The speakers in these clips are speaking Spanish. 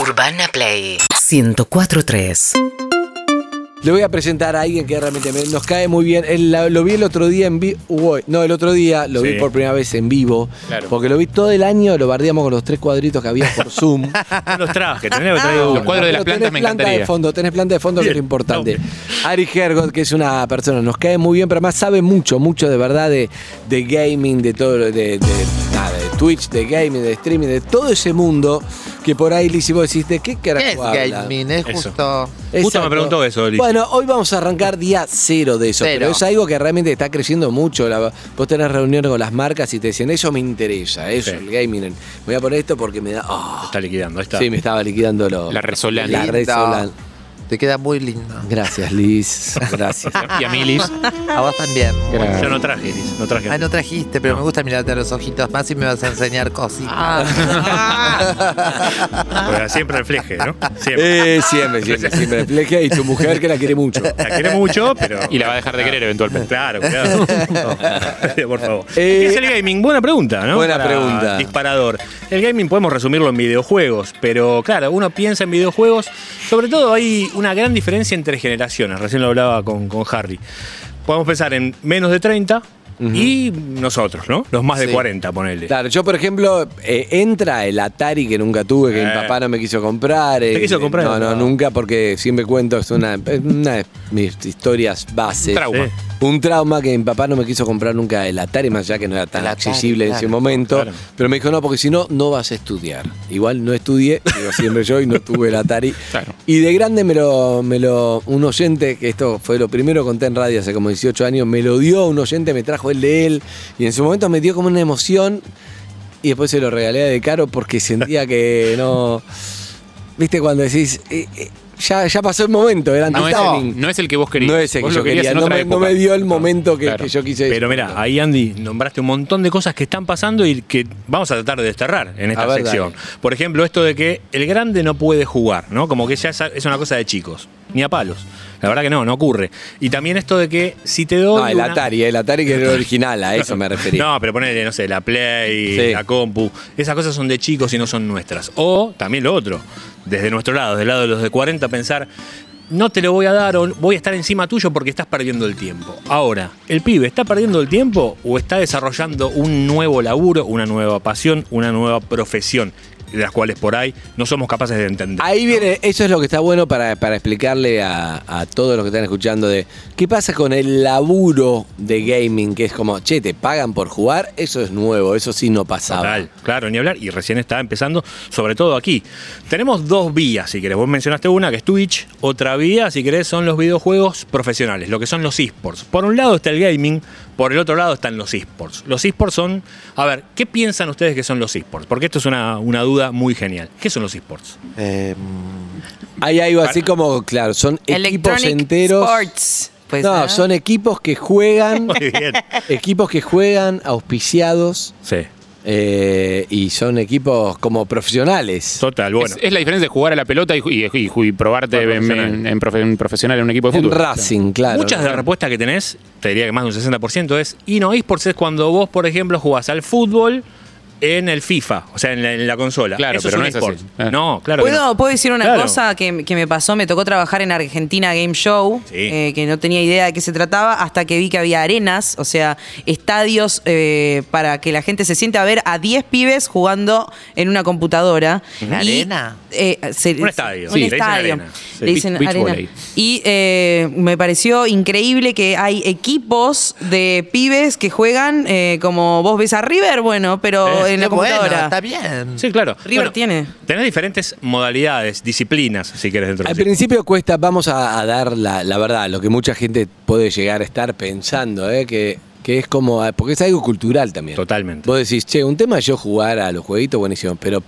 Urbana Play 1043. Le voy a presentar a alguien que realmente me- nos cae muy bien. Él la- lo vi el otro día en vivo. No, el otro día lo vi Sí. por primera vez en vivo. Claro. Porque lo vi todo el año, lo bardeamos con los tres cuadritos que había por Zoom. No los traje, tenía que Ah. traer uno. Los cuadros de Pero las plantas me tenés planta encantaría. de fondo, tenés planta de fondo que es lo Bien, importante. no. Ari Hergot, que es una persona, nos cae muy bien, pero además sabe mucho, mucho de verdad de, de gaming, de todo, de, de- nada, de Twitch, de gaming, de streaming, de todo ese mundo que por ahí, Liz, y vos decís, ¿de qué ¿Qué es carajo habla? gaming? Es Eso. justo. Justo me preguntó eso, Liz. Bueno, hoy vamos a arrancar día cero de eso, Cero. pero es algo que realmente está creciendo mucho. La- vos tenés reuniones con las marcas y te dicen, eso me interesa, eso, Sí. el gaming. el- voy a poner esto porque me da... oh, Está liquidando, ahí está. Sí, me estaba liquidando lo- La Resolana. La Lindo. Resolana. Te queda muy lindo. Gracias, Liz. Gracias. Y a Milis. A vos también. Gracias. Yo no traje, Liz, no traje. Ah, no trajiste, pero me gusta mirarte a los ojitos más y me vas a enseñar cositas. Porque siempre refleje, ¿no? Siempre. Eh, siempre, siempre, siempre. Fleje y tu mujer que la quiere mucho. La quiere mucho, pero. Y la va a dejar de querer eventualmente. Claro, claro. No, por favor. Eh, ¿Qué es el gaming? Buena pregunta, ¿no? buena pregunta. Disparador. El gaming podemos resumirlo en videojuegos, pero claro, uno piensa en videojuegos. Sobre todo hay una gran diferencia entre generaciones. Recién lo hablaba con, con Harry. Podemos pensar en menos de 30 y nosotros, ¿no? Los más de Sí. 40, ponele. Claro, yo por ejemplo, eh, entra el Atari que nunca tuve, que mi Eh. papá no me quiso comprar. eh, ¿Te quiso comprar? No, no, nunca, porque siempre cuento, es una, es una de mis historias bases. Trauma. Sí. Un trauma que mi papá no me quiso comprar nunca el Atari, más allá que no era tan El Atari, accesible en claro. ese momento. Claro. Pero me dijo, no, porque si no, no vas a estudiar. Igual no estudié, digo siempre yo, y no tuve el Atari. Claro. Y de grande me lo, me lo, un oyente, que esto fue lo primero que conté en radio hace como 18 años, me lo dio un oyente, me trajo el de él, y en su momento me dio como una emoción, y después se lo regalé de caro porque sentía que no... Viste cuando decís, eh, eh, ya, ya pasó el momento, era No es, anti-timing. no es el que vos querías. No ese que Vos yo lo querías quería, en no otra me, no época. me dio el momento que, Claro. que yo quise. Pero mira, ahí Andy nombraste un montón de cosas que están pasando y que vamos a tratar de desterrar en A esta ver, sección. Por ejemplo, esto de que el grande no puede jugar, ¿no? Como que ya es es una cosa de chicos, ni a palos. La verdad que no, no ocurre. Y también esto de que si te doy No, el una- Atari, el Atari que era el original, a eso me refería. No, pero ponele, no sé, la Play, Sí. la compu, esas cosas son de chicos y no son nuestras. O también lo otro, desde nuestro lado, del lado de los de 40, pensar, no te lo voy a dar o voy a estar encima tuyo porque estás perdiendo el tiempo. Ahora, ¿el pibe está perdiendo el tiempo o está desarrollando un nuevo laburo, una nueva pasión, una nueva profesión? de las cuales por ahí no somos capaces de entender. Ahí viene, eso es lo que está bueno para, para explicarle a, a todos los que están escuchando de qué pasa con el laburo de gaming, que es como, che, te pagan por jugar, eso es nuevo, eso sí no pasaba. Total, claro, ni hablar. Y recién está empezando, sobre todo aquí. Tenemos dos vías, si querés. Vos mencionaste una, que es Twitch. Otra vía, si querés, son los videojuegos profesionales, lo que son los esports. Por un lado está el gaming, por el otro lado están los esports. Los esports son... A ver, ¿qué piensan ustedes que son los esports? Porque esto es una, una duda muy genial. ¿Qué son los esports? Ah. Eh, Hay algo así como, claro, son equipos Electronic enteros. Sports. Pues, no, ah. son equipos que juegan, Muy bien. equipos que juegan auspiciados Sí, eh, y son equipos como profesionales. total, bueno. Es, es la diferencia de jugar a la pelota y, y- y- y probarte Jugar en, profesional. en- en profe- en profesional en un equipo de En fútbol. Racing, claro. Muchas de las respuestas que tenés, te diría que más de un 60% es, y no, esports es cuando vos, por ejemplo, jugás al fútbol en el FIFA, o sea, en la, en la consola. Claro, Eso pero no un es así. Ah. eSport. Claro. No, claro. que ¿Puedo, no. puedo decir una Claro. cosa que, que me pasó? Me tocó trabajar en Argentina Game Show, Sí. eh, que no tenía idea de qué se trataba, hasta que vi que había arenas, o sea, estadios eh, para que la gente se siente a ver a 10 pibes jugando en una computadora. ¿Una Y, arena? eh, se- Un estadio. Un Sí, le dicen estadio. arena. Sí. Le dicen Beach- beach arena. volley. Y eh, me pareció increíble que hay equipos de pibes que juegan, eh, como vos ves a River, bueno, pero Eh, en la bueno, computadora. está bien. Sí, claro. River tiene. Tenés diferentes modalidades, disciplinas, si querés, dentro Al del eSport. principio cuesta, vamos a, a dar la, la verdad, lo que mucha gente puede llegar a estar pensando, ¿eh? que, que es como, ah, porque es algo cultural también. Totalmente. Vos decís, che, un tema es yo jugar a los jueguitos, buenísimo, pero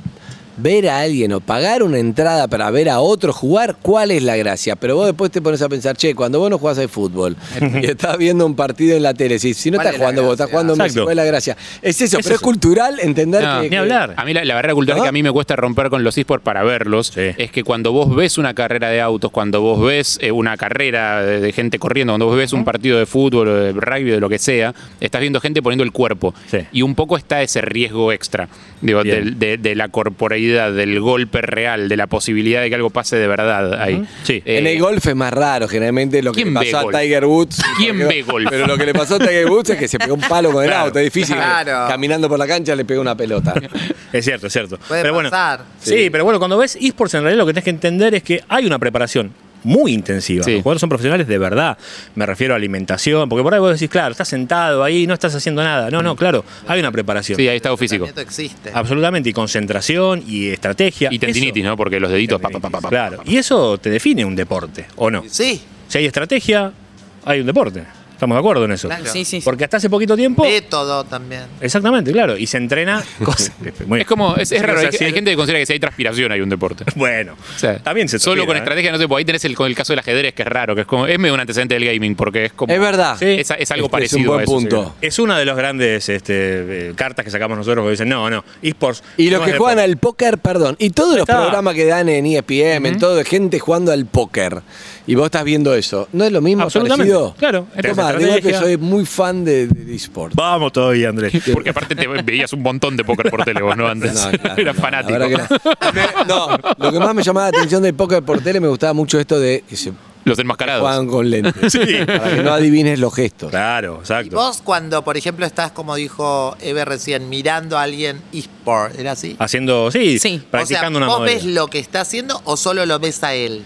ver a alguien o pagar una entrada para ver a otro jugar, ¿cuál es la gracia? Pero vos después te pones a pensar, che, cuando vos no jugás al fútbol y estás viendo un partido en la tele, si, si no ¿Cuál estás es la jugando vos, gracia? estás jugando Messi, Exacto. ¿cuál es la gracia? Es eso, Es pero es eso. cultural entender No, que... ni que- hablar. A mí la, la barrera cultural ¿No? que a mí me cuesta romper con los esports para verlos Sí. es que cuando vos ves una carrera de autos, cuando vos ves eh, una carrera de, de gente corriendo, cuando vos ves un partido de fútbol o de rugby o de lo que sea, estás viendo gente poniendo el cuerpo. Sí. Y un poco está ese riesgo extra digo, Bien. del- de, de la corporeidad posibilidad del golpe real, de la posibilidad de que algo pase de verdad ahí. Sí. Eh, en el golf es más raro, generalmente lo que le ¿quién ve pasó a golf? Tiger Woods. ¿Quién porque- ve golf? Pero lo que le pasó a Tiger Woods es que se pegó un palo con el Claro, auto. Es difícil. que claro. Caminando por la cancha le pegó una pelota. Es cierto, es cierto. Puede pero bueno, pasar. Sí, pero bueno, cuando ves esports en realidad lo que tenés que entender es que hay una preparación muy intensiva. Sí. Los jugadores son profesionales de verdad. Me refiero a alimentación, porque por ahí vos decís, claro, estás sentado ahí, no estás haciendo nada. No, no, claro, hay una preparación. sí, hay estado físico. Esto existe. Absolutamente, y concentración y estrategia. Y tendinitis, ¿no? Porque los deditos. pa, pa, pa, pa, pa, Claro, pa, pa. y eso te define un deporte, ¿o no? Sí. Si hay estrategia, hay un deporte. Estamos de acuerdo en eso. Claro. Sí, sí, sí. Porque hasta hace poquito tiempo. Método también. Exactamente, claro. Y se entrena. cosas- Muy- Es como, es, es raro, O hay, sea, hay si el- gente que considera que si hay transpiración hay un deporte. Bueno, O sea, también se Solo transpira, con ¿eh? estrategia, no sé, pues ahí tenés el, con el caso del ajedrez, que es raro, que es como, es medio un antecedente del gaming, porque es como. es verdad. Sí. Es, es algo Este es un parecido buen a eso. punto. sí. Es una de las grandes este, eh, cartas que sacamos nosotros que dicen, no, no, esports. Y los no que es juegan deporte". al póker, perdón. Y todos los está. programas que dan en E ESPN, en todo, de gente jugando al póker. Y vos estás viendo eso. ¿No es lo mismo Absolutamente, parecido? claro. Tenés Toma, de golpe estrategia. soy muy fan de, de eSports. Vamos todavía, Andrés. Porque aparte te veías un montón de póker por tele, vos, ¿no? Antes. No, claro, Eras no, fanático. la verdad que no. Me- no, lo que más me llamaba la atención del póker por tele me gustaba mucho esto de que se Los enmascarados. juegan con lentes. Sí. Para que no adivines los gestos. Claro, exacto. Vos cuando, por ejemplo, estás, como dijo Eve recién, mirando a alguien eSport, ¿era así? Haciendo, sí, Sí. Ah, practicando o sea, una ¿vos ves modalidad. lo que está haciendo o solo lo ves a él?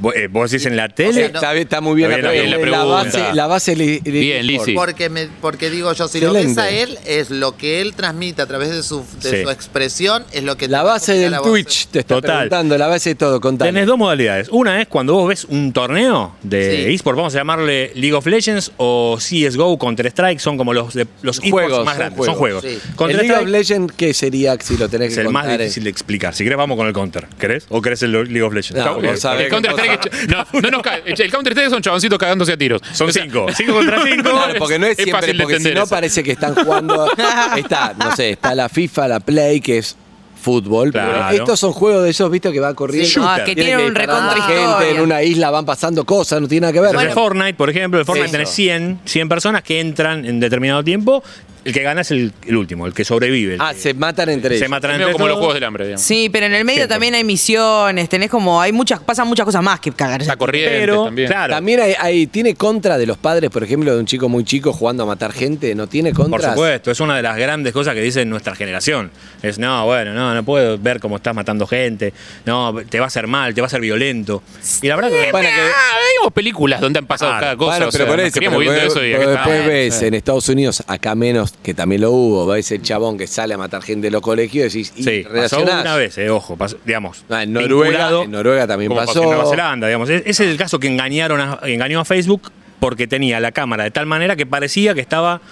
Vos, eh, vos decís en la tele. O sea, no- Está, bien, está muy bien, Está bien la base- pregunta. La base, li- de Bien, eSports. Lizzy. Sí. Porque, me, porque digo yo, si lo Excelente. ves a él, es lo que él transmite a través de su, de Sí. su expresión, es lo que... La te va a base comunicar del a vos. Twitch te está Total. preguntando, la base de todo, contame. Tenés dos modalidades. Una es cuando vos ves un torneo de Sí. eSports, vamos a llamarle League of Legends o CSGO, Counter-Strike, son como los, de- los eSports Juegos, más son grandes, son juegos. juegos. El Sí. League of Counter-Strike Legends, ¿qué sería si lo tenés es que el más contar? difícil de explicar. Si querés, vamos con el Counter. ¿Querés? ¿O querés el League of Legends? No, Está bueno. vos sabés. Eh, El Counter Strike es- no, no nos ca- el Counter Strike son chaboncitos cagándose a tiros. Son O sea, cinco. Cinco contra cinco. Claro, porque no es, Es fácil siempre, de porque si entender no eso. parece que están jugando. está, no sé, está la FIFA, la Play, que es fútbol. pero Claro. estos son juegos de esos, visto, que va corriendo. Sí, Ah, Shooter. que Tienen tiene un disparar recontra gente historia. en una isla, van pasando cosas, no tiene nada que ver. Entonces, Fortnite, por ejemplo, en Fortnite Sí. tenés 100, 100 personas que entran en determinado tiempo. El que gana es el, el último, el que sobrevive. el ah, que- se matan entre se ellos. matan es entre medio como los todos. juegos del hambre, digamos. Sí, pero en el medio Siempre. también hay misiones, tenés como, hay muchas, pasan muchas cosas más que cagar. Está corriente Pero, también. claro, También hay, hay- tiene contra de los padres, por ejemplo, de un chico muy chico jugando a matar gente, no tiene contra. Por supuesto, es una de las grandes cosas que dice nuestra generación. Es, no, bueno, no, no puedo ver cómo estás matando gente, no, te va a hacer mal, te va a hacer violento. Y la verdad que... Bueno, que- Ah, vimos películas donde han pasado Claro. cada Ah, cosa. Bueno, o pero sea, por nos eso, queríamos pero viendo después- eso y pero acá después estamos. ves en Estados Unidos, acá menos, que también lo hubo, ves el chabón que sale a matar gente de los colegios y decís, y Sí, pasó relacionás. una vez, eh, ojo, pasó- digamos. Ah, en Noruega, vinculado, en Noruega también como pasó. en Nueva Zelanda, digamos. Es- Ese es el caso que engañaron a- engañó a Facebook porque tenía la cámara de tal manera que parecía que estaba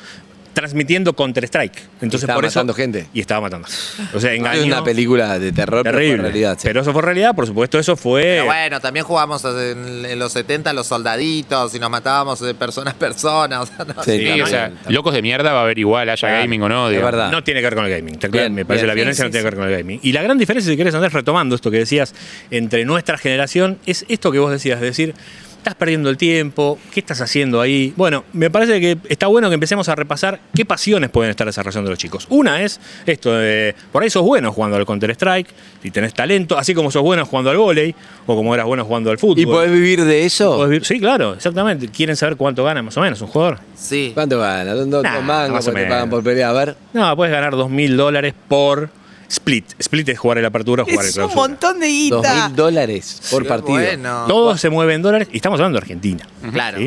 transmitiendo Counter-Strike. Entonces, estaba por eso- matando gente. Y estaba matando. O sea, engañó. Es una película de terror, pero terrible. en realidad. sí. Pero eso fue realidad, por supuesto, eso fue... Pero bueno, también jugamos en, en los 70 los soldaditos y nos matábamos de persona a persona. O sea, no, Sí, Sí, o sea, locos de mierda va a haber igual, haya Claro, gaming o no. es digamos. verdad. No tiene que ver con el gaming. te- Bien, me parece bien. la violencia Sí, no sí, tiene que ver con el gaming. Y la gran diferencia, si querés andar retomando esto que decías entre nuestra generación, es esto que vos decías, es decir, estás perdiendo el tiempo, ¿qué estás haciendo ahí? Bueno, me parece que está bueno que empecemos a repasar qué pasiones pueden estar desarrollando los chicos. Una es esto de, por ahí sos bueno jugando al Counter-Strike, si tenés talento, así como sos bueno jugando al volei o como eras bueno jugando al fútbol. ¿Y podés vivir de eso? Podés vivir- Sí, claro, exactamente. ¿Quieren saber cuánto gana más o menos un jugador? Sí. ¿Cuánto gana? ¿Dos, dos- Nah, dos mangos más o que te menos. pagan por pelea? A ver. No, puedes ganar 2.000 dólares por split. Split es jugar el apertura o jugar el Es un clausura. montón de Dos guita. mil dólares por Qué partido. Bueno. Todo se mueve en dólares y estamos hablando de Argentina. Claro.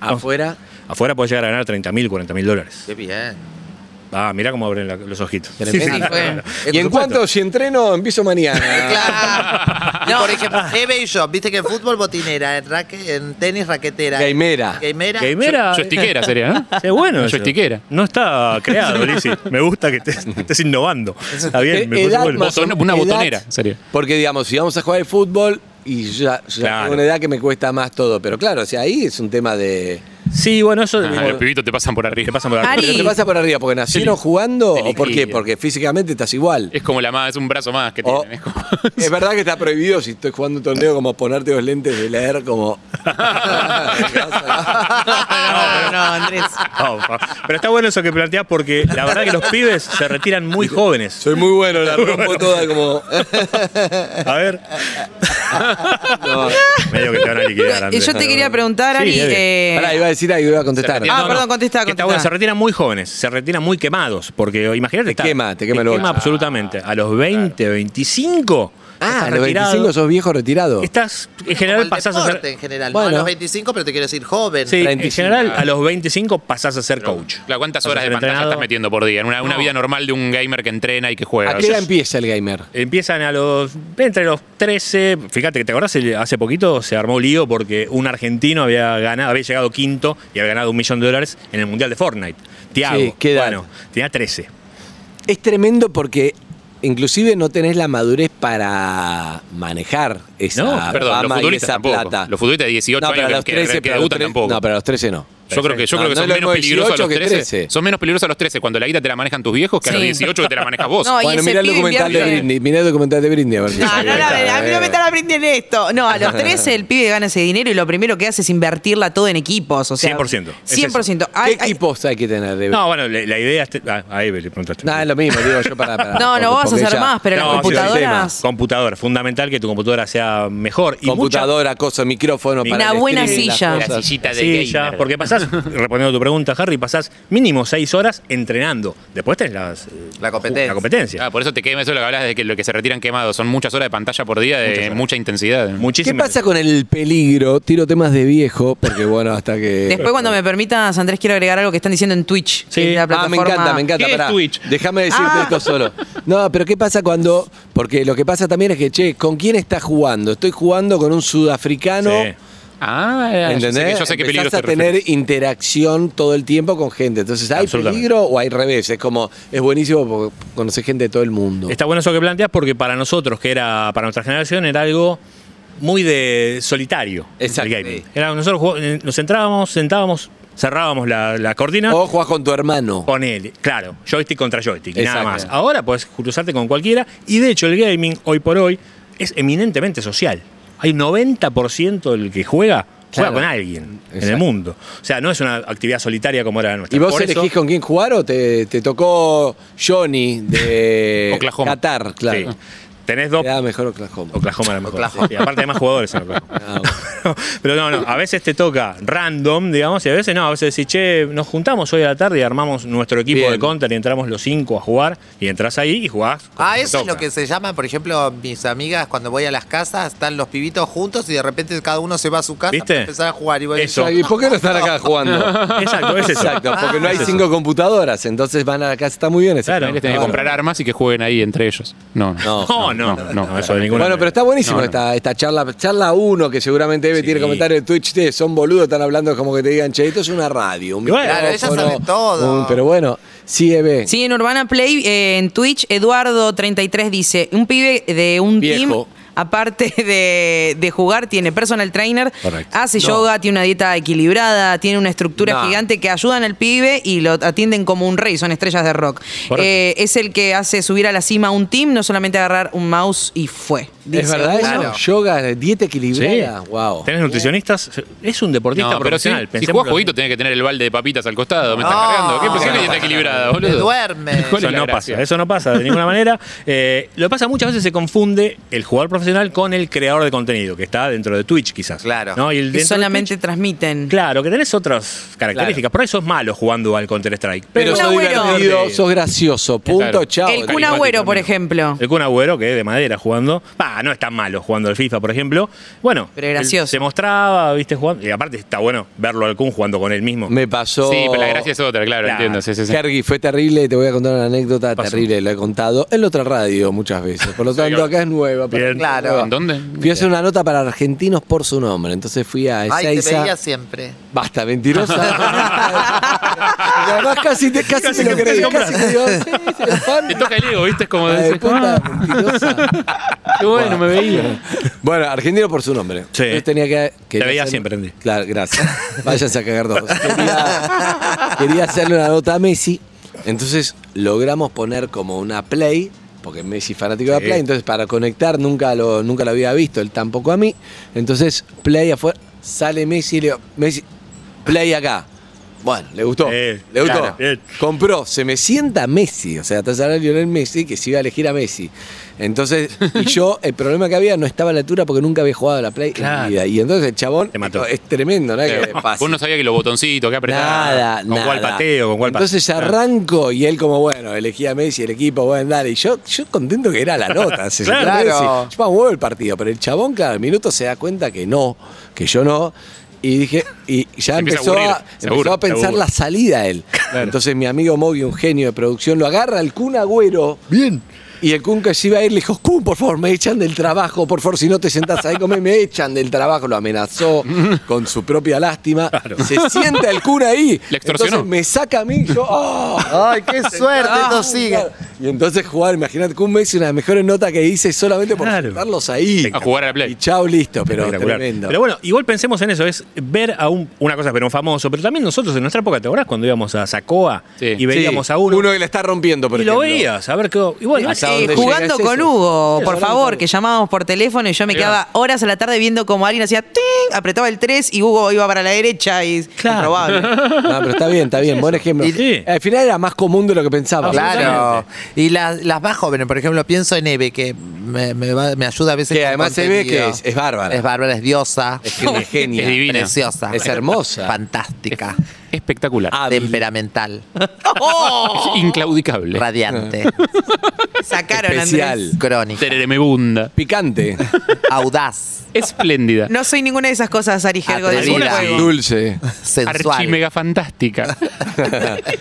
Afuera. Afuera puedes llegar a ganar 30.000, 40.000 dólares. Qué bien. Ah, mirá cómo abren la- los ojitos. tremendo. sí, fue. ¿Y en cuánto? Si entreno, empiezo mañana. Claro. Y, por ejemplo, Eve y yo, viste que en fútbol botinera, en, raque- en tenis raquetera. Gamera. Gamera. Gamera. Yo estiquera sería, ¿no? Ah, Qué bueno. eso. Joystickera. No está creado, Lizzy. Me gusta que estés, estés innovando. Está bien, me Eh, parece edad bueno. más o- Botona- una edad- botonera, en serio. Porque, digamos, si vamos a jugar al fútbol y ya, ya Claro. tengo una edad que me cuesta más todo. Pero claro, o sea, ahí es un tema de. Sí, bueno, eso. Ah, los pibitos te pasan por arriba. te pasan por Ari. Pero te pasa por arriba, porque nacieron jugando o por qué? elegido. Porque físicamente estás igual. Es como la más, es un brazo más que O- tienen. Es como- es verdad que está prohibido si estoy jugando un torneo como ponerte los lentes de leer como... No, no, Andrés. No, pa- pero está bueno eso que planteás porque la verdad que los pibes se retiran muy jóvenes. Soy muy bueno, la rompo toda como... A ver. No. Medio que te van a liquidar. Y Andrés. eh, yo te quería preguntar, Sí, Ari. debe. eh, Pará, iba a decir algo, iba a contestar. Se Ah, No, no, perdón, contestá, que está contestá. bueno, se retiran muy jóvenes, se retiran muy quemados, porque imagínate, Te está- quema, te quema el bocho. absolutamente. A los 20, 25, Ah, estás a los retirado. 25 sos viejo retirado. Estás, en Como general el pasás a deporte ser... en general. No Bueno. a los 25, pero te quiero decir joven. Sí, en 35. general a los 25 pasás a ser coach. Claro, ¿Cuántas Pasás a horas de ser pantalla entrenador. estás metiendo por día? En una, una vida normal de un gamer que entrena y que juega. ¿A qué edad O sea, empieza el gamer? Empiezan a los. entre los 13. Fíjate que te acordás, El- hace poquito se armó lío porque un argentino había ganado, había llegado quinto y había ganado un millón de dólares en el Mundial de Fortnite. Tiago. Sí, ¿qué edad? Bueno, tenía 13. Es tremendo porque inclusive no tenés la madurez para manejar esa No, perdón, los fama y futbolistas esa tampoco. plata. Los futbolistas de 18 no, pero años a los que- 13, que pero a los debutan 13 tampoco. No, pero a los 13 no. Yo creo que, yo No, creo que no son es lo menos mismo peligrosos a 18 los que 13. 13. Son menos peligrosos a los 13 cuando la guita te la manejan tus viejos que a los Sí. 18 que te la manejas vos. No, y bueno, ese mirá el pibe documental de invierte- Britney. Mirá el documental de Britney. A ver si No, no, sabía. no, a mí no me están aprendiendo esto. No, a los 13 el pibe gana ese dinero y lo primero que hace es invertirla todo en equipos. O sea, 100%, es 100%. ¿Qué Ay, ay, equipos hay que tener? de- No, bueno, le- la idea. es te- ah, ahí le preguntaste. No, es lo mismo, digo yo para. para- No, no porque- vas a porque hacer ya- más, pero las No, sí, computadoras. Computadora, fundamental que tu computadora sea mejor. Y Computadora, cosa, micrófono. para Una el buena streaming, las silla. La cosas. sillita de Sí, gamer. ya, porque pasás, respondiendo a tu pregunta, Harry, pasás mínimo seis horas entrenando. Después tenés las, eh, La competencia. La competencia. Ah, por eso te quema eso lo que hablas de que lo que se retiran quemados. Son muchas horas de pantalla por día de mucha intensidad. ¿Qué Muchísimas. pasa con el peligro? Tiro temas de viejo, porque bueno, hasta que. Después, cuando me permitas, Andrés, quiero agregar algo que están diciendo en Twitch. Sí. que es la Ah, me plataforma- encanta, me encanta. ¿Qué es pará. Twitch? Déjame decirte Ah. esto solo. No, pero ¿qué pasa cuando.? Porque lo que pasa también es que, che, ¿con quién estás jugando? Estoy jugando con un sudafricano. Sí. Ah, eh, yo sé que, ¿Entendés? yo sé que Empezás peligro a tener interacción todo el tiempo con gente. Entonces, ¿hay Absolutamente. peligro o hay revés? Es como, es buenísimo porque conoces gente de todo el mundo. Está bueno eso que planteas porque para nosotros, que era para nuestra generación, era algo muy de solitario. Exacto. el gaming. Era, nosotros jugó- eh, nos entrábamos, sentábamos, cerrábamos la, la cortina. O jugás con tu hermano. Con él, claro, joystick contra joystick, nada Exacto. más. Ahora puedes cruzarte con cualquiera y de hecho el gaming hoy por hoy es eminentemente social. Hay 90% del que juega juega Claro. con alguien en el Exacto. mundo. O sea, no es una actividad solitaria como era la nuestra. ¿Y vos Por eso- elegís con quién jugar o te, te tocó Johnny de Oklahoma. Qatar? Claro. Sí. Tenés dos Te da mejor Oklahoma. Oklahoma era mejor. Oklahoma. Sí, aparte hay más jugadores en Oklahoma. Ah, bueno. Pero no, no, a veces te toca random, digamos, y a veces no, a veces decís, che, nos juntamos hoy a la tarde y armamos nuestro equipo Bien. de counter y entramos los cinco a jugar y entras ahí y jugás. con Ah, quien te eso es toca. lo que se llama, por ejemplo, mis amigas cuando voy a las casas, están los pibitos juntos y de repente cada uno se va a su casa ¿Viste? para empezar a jugar. Y vos decís, Eso. ¿Y por qué no están acá jugando? Exacto, es eso. Exacto, porque no hay Es eso. cinco computadoras, entonces van a la casa, está muy bien ese Claro. plan. Les tenés que comprar armas y que jueguen ahí entre ellos. No, No. No, no, no, no, eso de ninguna Bueno, pero manera. está buenísimo No, no. Esta, esta charla. Charla 1, que seguramente debe Sí. tiene comentarios de Twitch. Che, son boludos, están hablando como que te digan, che, esto es una radio. Un Y bueno, Claro, micrófono, ellas saben todo. un- pero bueno, sí, Eve. Sí, en Urbana Play, eh, en Twitch, Eduardo33 dice, un pibe de un Viejo. team, aparte de, de jugar, tiene personal trainer, Correcto. hace No. yoga, tiene una dieta equilibrada, tiene una estructura No. gigante que ayudan al pibe y lo atienden como un rey, son estrellas de rock. Correcto. Eh, es el que hace subir a la cima a un team, no solamente agarrar un mouse y fue. ¿Es dice verdad uno. eso? Claro. Yoga, dieta equilibrada. Wow. Tenés nutricionistas, es un deportista No, pero si, profesional. si pensemos jugás que- jueguito tenés que tener el balde de papitas al costado. Me estás No. cargando. ¿Qué posible No. dieta equilibrada, boludo? Te duerme. ¿Cuál es Eso la no gracia? pasa, eso no pasa de ninguna manera. Eh, lo que pasa muchas veces se confunde el jugador profesional con el creador de contenido, que está dentro de Twitch quizás. Claro. ¿no? Y el dentro Que de solamente transmiten. Twitch, claro, que tenés otras características. Por eso es malo jugando al Counter-Strike. Pero Un sos agüero. divertido, sos gracioso. Punto, Claro. chao. El Kun Agüero, por ejemplo. El Kun Agüero, que es de madera jugando. Ah, no es tan malo jugando al FIFA, por ejemplo. Bueno, Pero él gracioso. se mostraba, viste, jugando. Y aparte está bueno verlo al Kun jugando con él mismo. Me pasó. Sí, pero la gracia es otra, claro, Claro. entiendo. Sí, sí, sí. Kergi, fue terrible, te voy a contar una anécdota Pasó. terrible, lo he contado en la otra radio muchas veces. Por lo tanto, acá es nueva. para- Bien. Claro. nueva. ¿En dónde? Fui a hacer una nota para argentinos por su nombre. Entonces fui a Ay, te Ezeiza. veía siempre. Basta, mentirosa. Y además casi, te, casi, Casi me lo que- creí. casi Casi te digo, sí, sí, fan. Te toca el ego, ¿viste? Es como Hija de decir, puta, ah, mentirosa. qué bueno, igual no me veía. Bueno, argentino por su nombre. Sí. Yo tenía que. quería veía hacer- siempre, Andy. Claro, gracias. Váyanse a cagar todos. Quería, quería hacerle una nota a Messi. Entonces logramos poner como una play, porque Messi es fanático de la Sí. play. Entonces, para conectar, nunca lo, nunca lo había visto, él tampoco a mí. Entonces, play afuera. Sale Messi y le digo, Messi, play acá. Bueno, le gustó. Eh, le gustó. claro. Eh. Compró, se me sienta Messi, o sea, estás hablando de Lionel Messi, que se iba a elegir a Messi. Entonces, y yo, el problema que había no estaba a la altura porque nunca había jugado a la Play en Claro. mi vida. Y entonces el chabón Te mató. es tremendo, ¿no? Que Vos no sabías que los botoncitos, que apretaba. Nada, ¿Con cuál nada. pateo? ¿Con cuál pa- Entonces arranco y él como, bueno, elegí a Messi, el equipo, bueno, dale. Y yo, yo contento que era la nota. se sentó Claro. Messi. Yo me huevo el partido, pero el chabón, claro, al minuto se da cuenta que no, que yo no. Y dije, y ya Se empieza empezó, a aburrir, a, se empezó aburre, a pensar se aburre. la salida él. Entonces mi amigo Moby, un genio de producción, lo agarra el Kun Agüero. Bien. Y el Kun que se iba a ir le dijo, Kun, por favor, me echan del trabajo, por favor, si no te sentás ahí conmigo, me echan del trabajo. Lo amenazó con su propia lástima. Se sienta el Kun ahí. Le extorsionó. Entonces me saca a mí y yo, ¡ah! Ay, qué suerte, esto sigue. Claro. Y entonces jugar, imagínate, Kun Messi, una de las mejores notas que hice solamente por Claro. sentarlos ahí. A jugar a la Play. Y chao, listo, pero Espectacular. tremendo. Pero bueno, igual pensemos en eso, es ver a un, una cosa, pero un famoso, pero también nosotros en nuestra época, ¿te acordás cuando íbamos a Sacoa Sí. y veíamos a uno, que la está rompiendo, por y lo ejemplo. veías, a ver qué... Y bueno, Hasta eh, Eh, donde llega jugando es con eso. Hugo, Sí, por hablando con favor, Hugo. que llamábamos por teléfono y yo me Mirá. quedaba horas a la tarde viendo cómo alguien hacía ting, apretaba el 3 y Hugo iba para la derecha y Claro. improbable. No, pero está bien, está bien, buen ejemplo. Eh, Y- Sí. Al final era más común de lo que pensaba. Claro. Y las, las más jóvenes, por ejemplo, pienso en Eve, que me, me va- me ayuda a veces. Que con además Eve, contenido. que es- es bárbara. Es bárbara, es diosa. Es que es genia. Es divina. Preciosa. Es hermosa. Fantástica. Espectacular. temperamental. Oh, Inclaudicable. Radiante. Sacaron Especial. Andrés. crónica. Tereremebunda. Picante. Audaz. Espléndida. No soy ninguna de esas cosas, Ari Gergo, del Atrevida. juego. Dulce. Sensual. Archimega fantástica.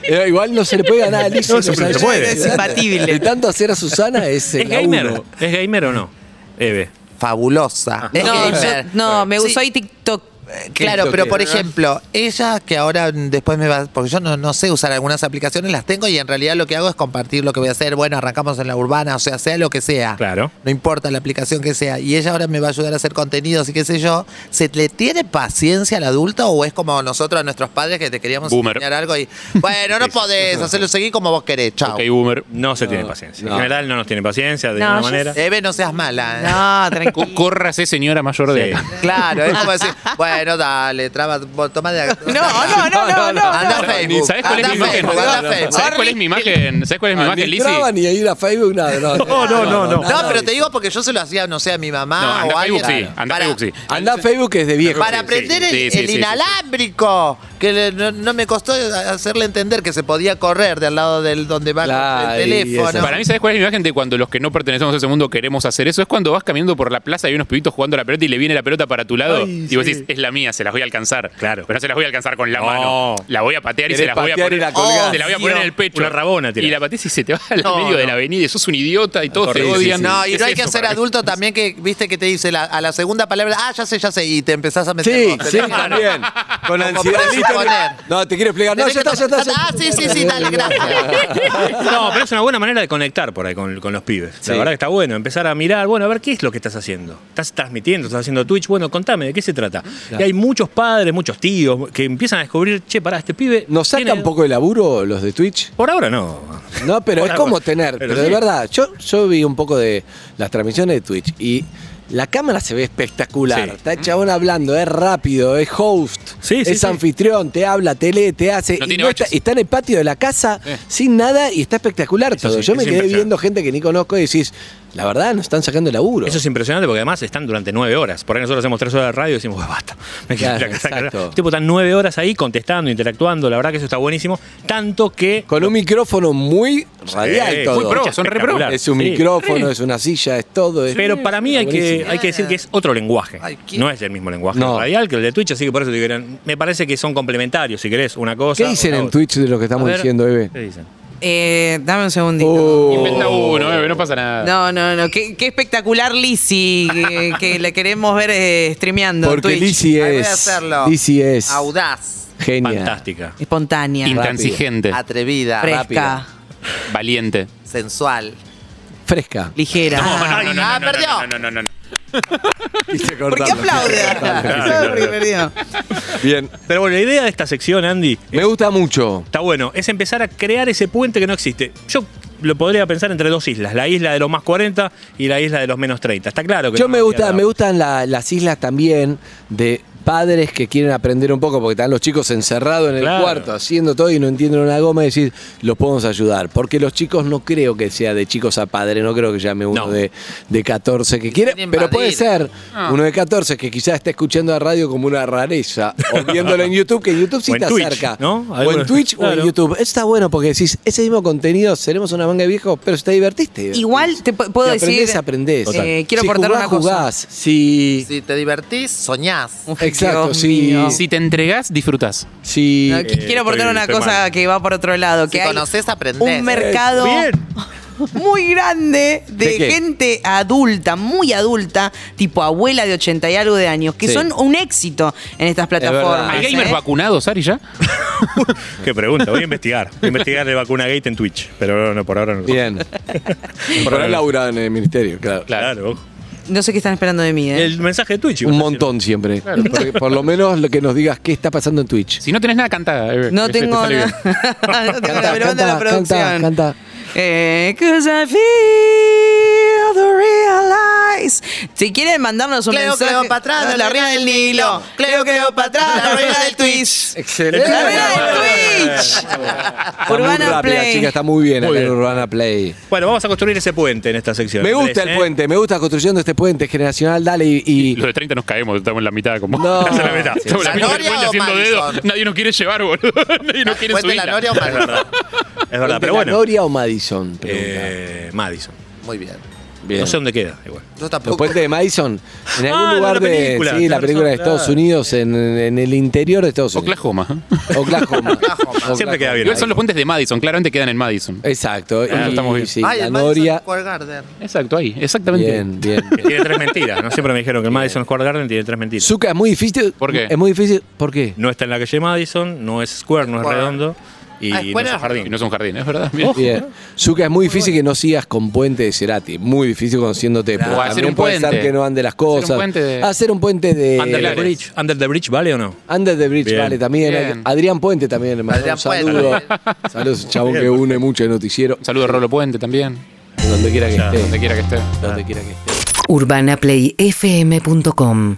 Eh, Igual no se le puede ganar a Alicia. No, se puede, se puede. Es imbatible. De tanto hacer a Susana es ¿Es el gamer? ¿Es gamer o no? Eve. Fabulosa. Es No, gamer. yo- no, me Sí. soy TikTok. Claro, pero por TikToker. ejemplo, ella que ahora mm, después me va, porque yo no, no sé usar algunas aplicaciones, las tengo y en realidad lo que hago es compartir lo que voy a hacer, bueno, arrancamos en la urbana, o sea, sea lo que sea. Claro. No importa la aplicación que sea. Y ella ahora me va a ayudar a hacer contenidos y qué sé yo. ¿Se le tiene paciencia al adulto o es como nosotros a nuestros padres que te queríamos Boomer. enseñar algo y, bueno, no podés hacerlo seguir como vos querés, chao. ok, boomer. No se tiene paciencia. no. En general no nos tiene paciencia, de No, ninguna yo manera. Eve, no seas mala. ¿eh? No, Co- tranquilo. Córrase, señora mayor de Sí. edad. Claro, es como decir, bueno, dale, traba, vos toma de No, no, no, no, no. Anda a no. Facebook. ¿Sabes cuál es mi anda imagen? a Facebook, anda a Facebook. ¿Sabes cuál es mi imagen? ¿Sabes cuál es mi imagen, Ni Lizzy? entraba ni a ir a Facebook, nada. No, No, no, no, no. No, pero te digo porque yo se lo hacía, no sé, a mi mamá No, anda o a a alguien. Facebook sí. Anda a para, Facebook sí. Andá a Facebook que es de viejo. Para sí, aprender el, sí, el sí, sí, inalámbrico, que le- no, no me costó hacerle entender que se podía correr del lado del donde va Claro, el y teléfono. eso. Para mí, ¿sabes cuál es mi imagen de cuando los que no pertenecemos a ese mundo queremos hacer eso? Es cuando vas caminando por la plaza y hay unos pibitos jugando a la pelota y le viene la pelota para tu lado y vos decís, es la mía, se las voy a alcanzar. Claro. Pero no se las voy a alcanzar con la No. mano. La voy a patear y Querés se las voy a patear poner. y la colgás. se la voy a poner en el pecho. Una rabona tirás. Y la pateas y se te va al No, medio de no. la avenida y sos un idiota y todos te Horrible, odian. sí, sí. No, y no hay Es que eso ser para mí. adulto también que, viste, que te dice la- a la segunda palabra, ah, ya sé, ya sé, y te empezás a meter. Sí, vos, sí, tenés que- también. Con Como ansiedad. podés listo, suponer. No, te quiero explicar. No, tenés ya que está, ya está. ya Ah, está. sí, sí, sí, dale, gracias. No, pero es una buena manera de conectar por ahí con, con los pibes. Sí. La verdad que está bueno, empezar a mirar, bueno, a ver qué es lo que estás haciendo. ¿Estás transmitiendo? ¿Estás haciendo Twitch? Bueno, contame, ¿de qué se trata? Y hay muchos padres, muchos tíos que empiezan a descubrir, che, pará, este pibe. ¿Nos saca tiene- un poco de laburo los de Twitch? Por ahora no. No, pero es Por algo. como tener, pero, de sí. verdad, yo, yo vi un poco de las transmisiones de Twitch y la cámara se ve espectacular. Sí. Está el chabón hablando, es rápido, es host, Sí, sí, es sí. anfitrión, te habla, te lee, te hace. No y tiene está, baches. está en el patio de la casa sin nada y está espectacular todo. Eh. sí, yo me es quedé impresionante. viendo gente que ni conozco y decís, la verdad, nos están sacando el laburo. Eso es impresionante porque además están durante nueve horas. Por ahí nosotros hacemos tres horas de radio y decimos, "Bueno, basta. Me quedo Claro, en la casa". exacto. Los tipos están nueve horas ahí contestando, interactuando. La verdad que eso está buenísimo. Tanto que. Con un micrófono muy radial Sí, todo. muy pro, son re pro. Espectacular. Es un Sí. micrófono, es una silla, es todo. es- Pero para mí hay que, buenísimo. hay que decir que es otro lenguaje. Ay, ¿qué? no es el mismo lenguaje No. radial que el de Twitch, así que por eso te digo, eran- me parece que son complementarios, si querés, una cosa. ¿Qué dicen otra en otra. Twitch de lo que A estamos ver, diciendo, Eve? ¿Qué dicen? Eh, dame un segundito. Oh. Inventa uno, eh, no pasa nada. No, no, no. Qué, qué espectacular Lizzy que, que la queremos ver eh, streameando. en Porque Twitch. Lizzy Ahí voy a es. hacerlo. Lizzy es. Audaz, Genia. Fantástica. Espontánea, Intransigente. atrevida, fresca. Valiente. sensual. fresca. Ligera. No, no, no, no, Ah, no, no, perdió. no, no, no, no, no. ¿Por qué aplaude? ¿Sabe por qué perdió? Bien. Pero bueno, la idea de esta sección, Andy, Me gusta mucho. está bueno, es empezar a crear ese puente que no existe. Yo lo podría pensar entre dos islas, la isla de los más 40 y la isla de los menos 30. Está claro que Yo no me había gusta, dado. me gustan la- las islas también de padres que quieren aprender un poco porque están los chicos encerrados en el Claro. cuarto haciendo todo y no entienden una goma y decir, los podemos ayudar. Porque los chicos no creo que sea de chicos a padre, no creo que llame uno No. de, de 14 que quiere, Quieren pero puede invadir. Ah. ser uno de 14 que quizás está escuchando la radio como una rareza o viéndolo en YouTube, que YouTube sí O en está Twitch, cerca. ¿no? O en Twitch o Claro. en YouTube. Eso está bueno porque decís, ese mismo contenido, seremos una manga de viejos, pero si te divertiste. Igual te pu- puedo Si aprendés, decir- aprendés. Total. Eh, quiero si aportar jugás, una cosa. jugás. Si, Si te divertís, soñás. Uf, Exacto, Dios sí. mío. Si te entregás, disfrutás. si No, qui- eh, Quiero aportar estoy- una este estoy cosa mal. que va por otro lado. Si Que hay conocés, aprendés. un mercado Bien. muy grande de, ¿De qué? gente adulta, muy adulta, tipo abuela de 80 y algo de años, que Sí. son un éxito en estas verdad. plataformas. ¿Hay ¿eh? gamers vacunados, Ari, ya? Qué pregunta, voy a investigar. Voy a investigar de vacuna gate en Twitch, pero no, no, por ahora no. Bien. Por haber laburado en el ministerio, claro. Claro. No sé qué están esperando de mí. ¿eh? El mensaje de Twitch. Un igual, montón siempre. Por, por lo menos lo que nos digas qué está pasando en Twitch. Si no tenés nada, cantá. eh, No que se te tengo sale nada. bien. no tengo nada, me lo manda la Canta, canta, producción. canta. Eh, 'cause I feel the real lies. Si quieren mandarnos un Cleo, mensaje. Cleo, para atrás, de la reina del Nilo. Cleo, Cleo, para atrás, la reina del Twitch. Excelente. ¡La reina del Twitch! Está muy Urbana rápida, Play. chica, está muy bien Muy acá en bien. Urbana Play. Bueno, vamos a construir ese puente en esta sección. Me gusta Tres, el ¿eh? puente, me gusta construyendo este puente generacional, dale y- y Los de 30 nos caemos, estamos en la mitad como. No. Estamos en la mitad. Estamos en la mitad del ¿Zanoria puente o haciendo Madison? dedo. Nadie nos quiere llevar, boludo. Nadie nos quiere Cuente la subir. Noria o Es Madison. verdad. Es ¿Puente verdad, pero La bueno. Noria o Madison? Pregunta. Eh, Madison. Muy bien. Bien. No sé dónde queda, igual. Yo Los tampoco. puentes de Madison, en algún Ah, lugar la de. película, sí, la tenés película de razón, Estados claro. Unidos, en, en el interior de Estados Unidos. Oklahoma. Oklahoma. Oklahoma. Siempre queda bien. Igual son los puentes de Madison, claramente quedan en Madison. Exacto. Ah, y, estamos bien. sí, Ay, la el Noria. Madison Square Garden. Exacto, ahí, exactamente. Bien, bien. Que tiene tres mentiras. No siempre me dijeron que el Madison Square Garden tiene tres mentiras. Zucca es muy difícil. ¿Por qué? Es muy difícil. ¿Por qué? No está en la calle Madison, no es square, no es Square. redondo y Ah, no Square es es- Y jardín. no es un jardín, es verdad. Bien. Bien. Zucca es muy difícil que no sigas con puente de Cerati. Muy difícil conociéndote. porque O hacer también un puede ser puente. que no ande las un cosas. puente de- Hacer un puente de. Under the Pilares. bridge. Eh, Under the bridge, ¿vale o no? Under the Bridge, Bien. vale, también. Bien. Adrián Puente también, le mando un Adrián Puente. saludo. Saludos, chabón que une mucho el noticiero. Un saludo a Rolo Puente también, Donde quiera que Claro. esté. donde quiera que esté. Donde quiera que esté. urbanaplayfm.com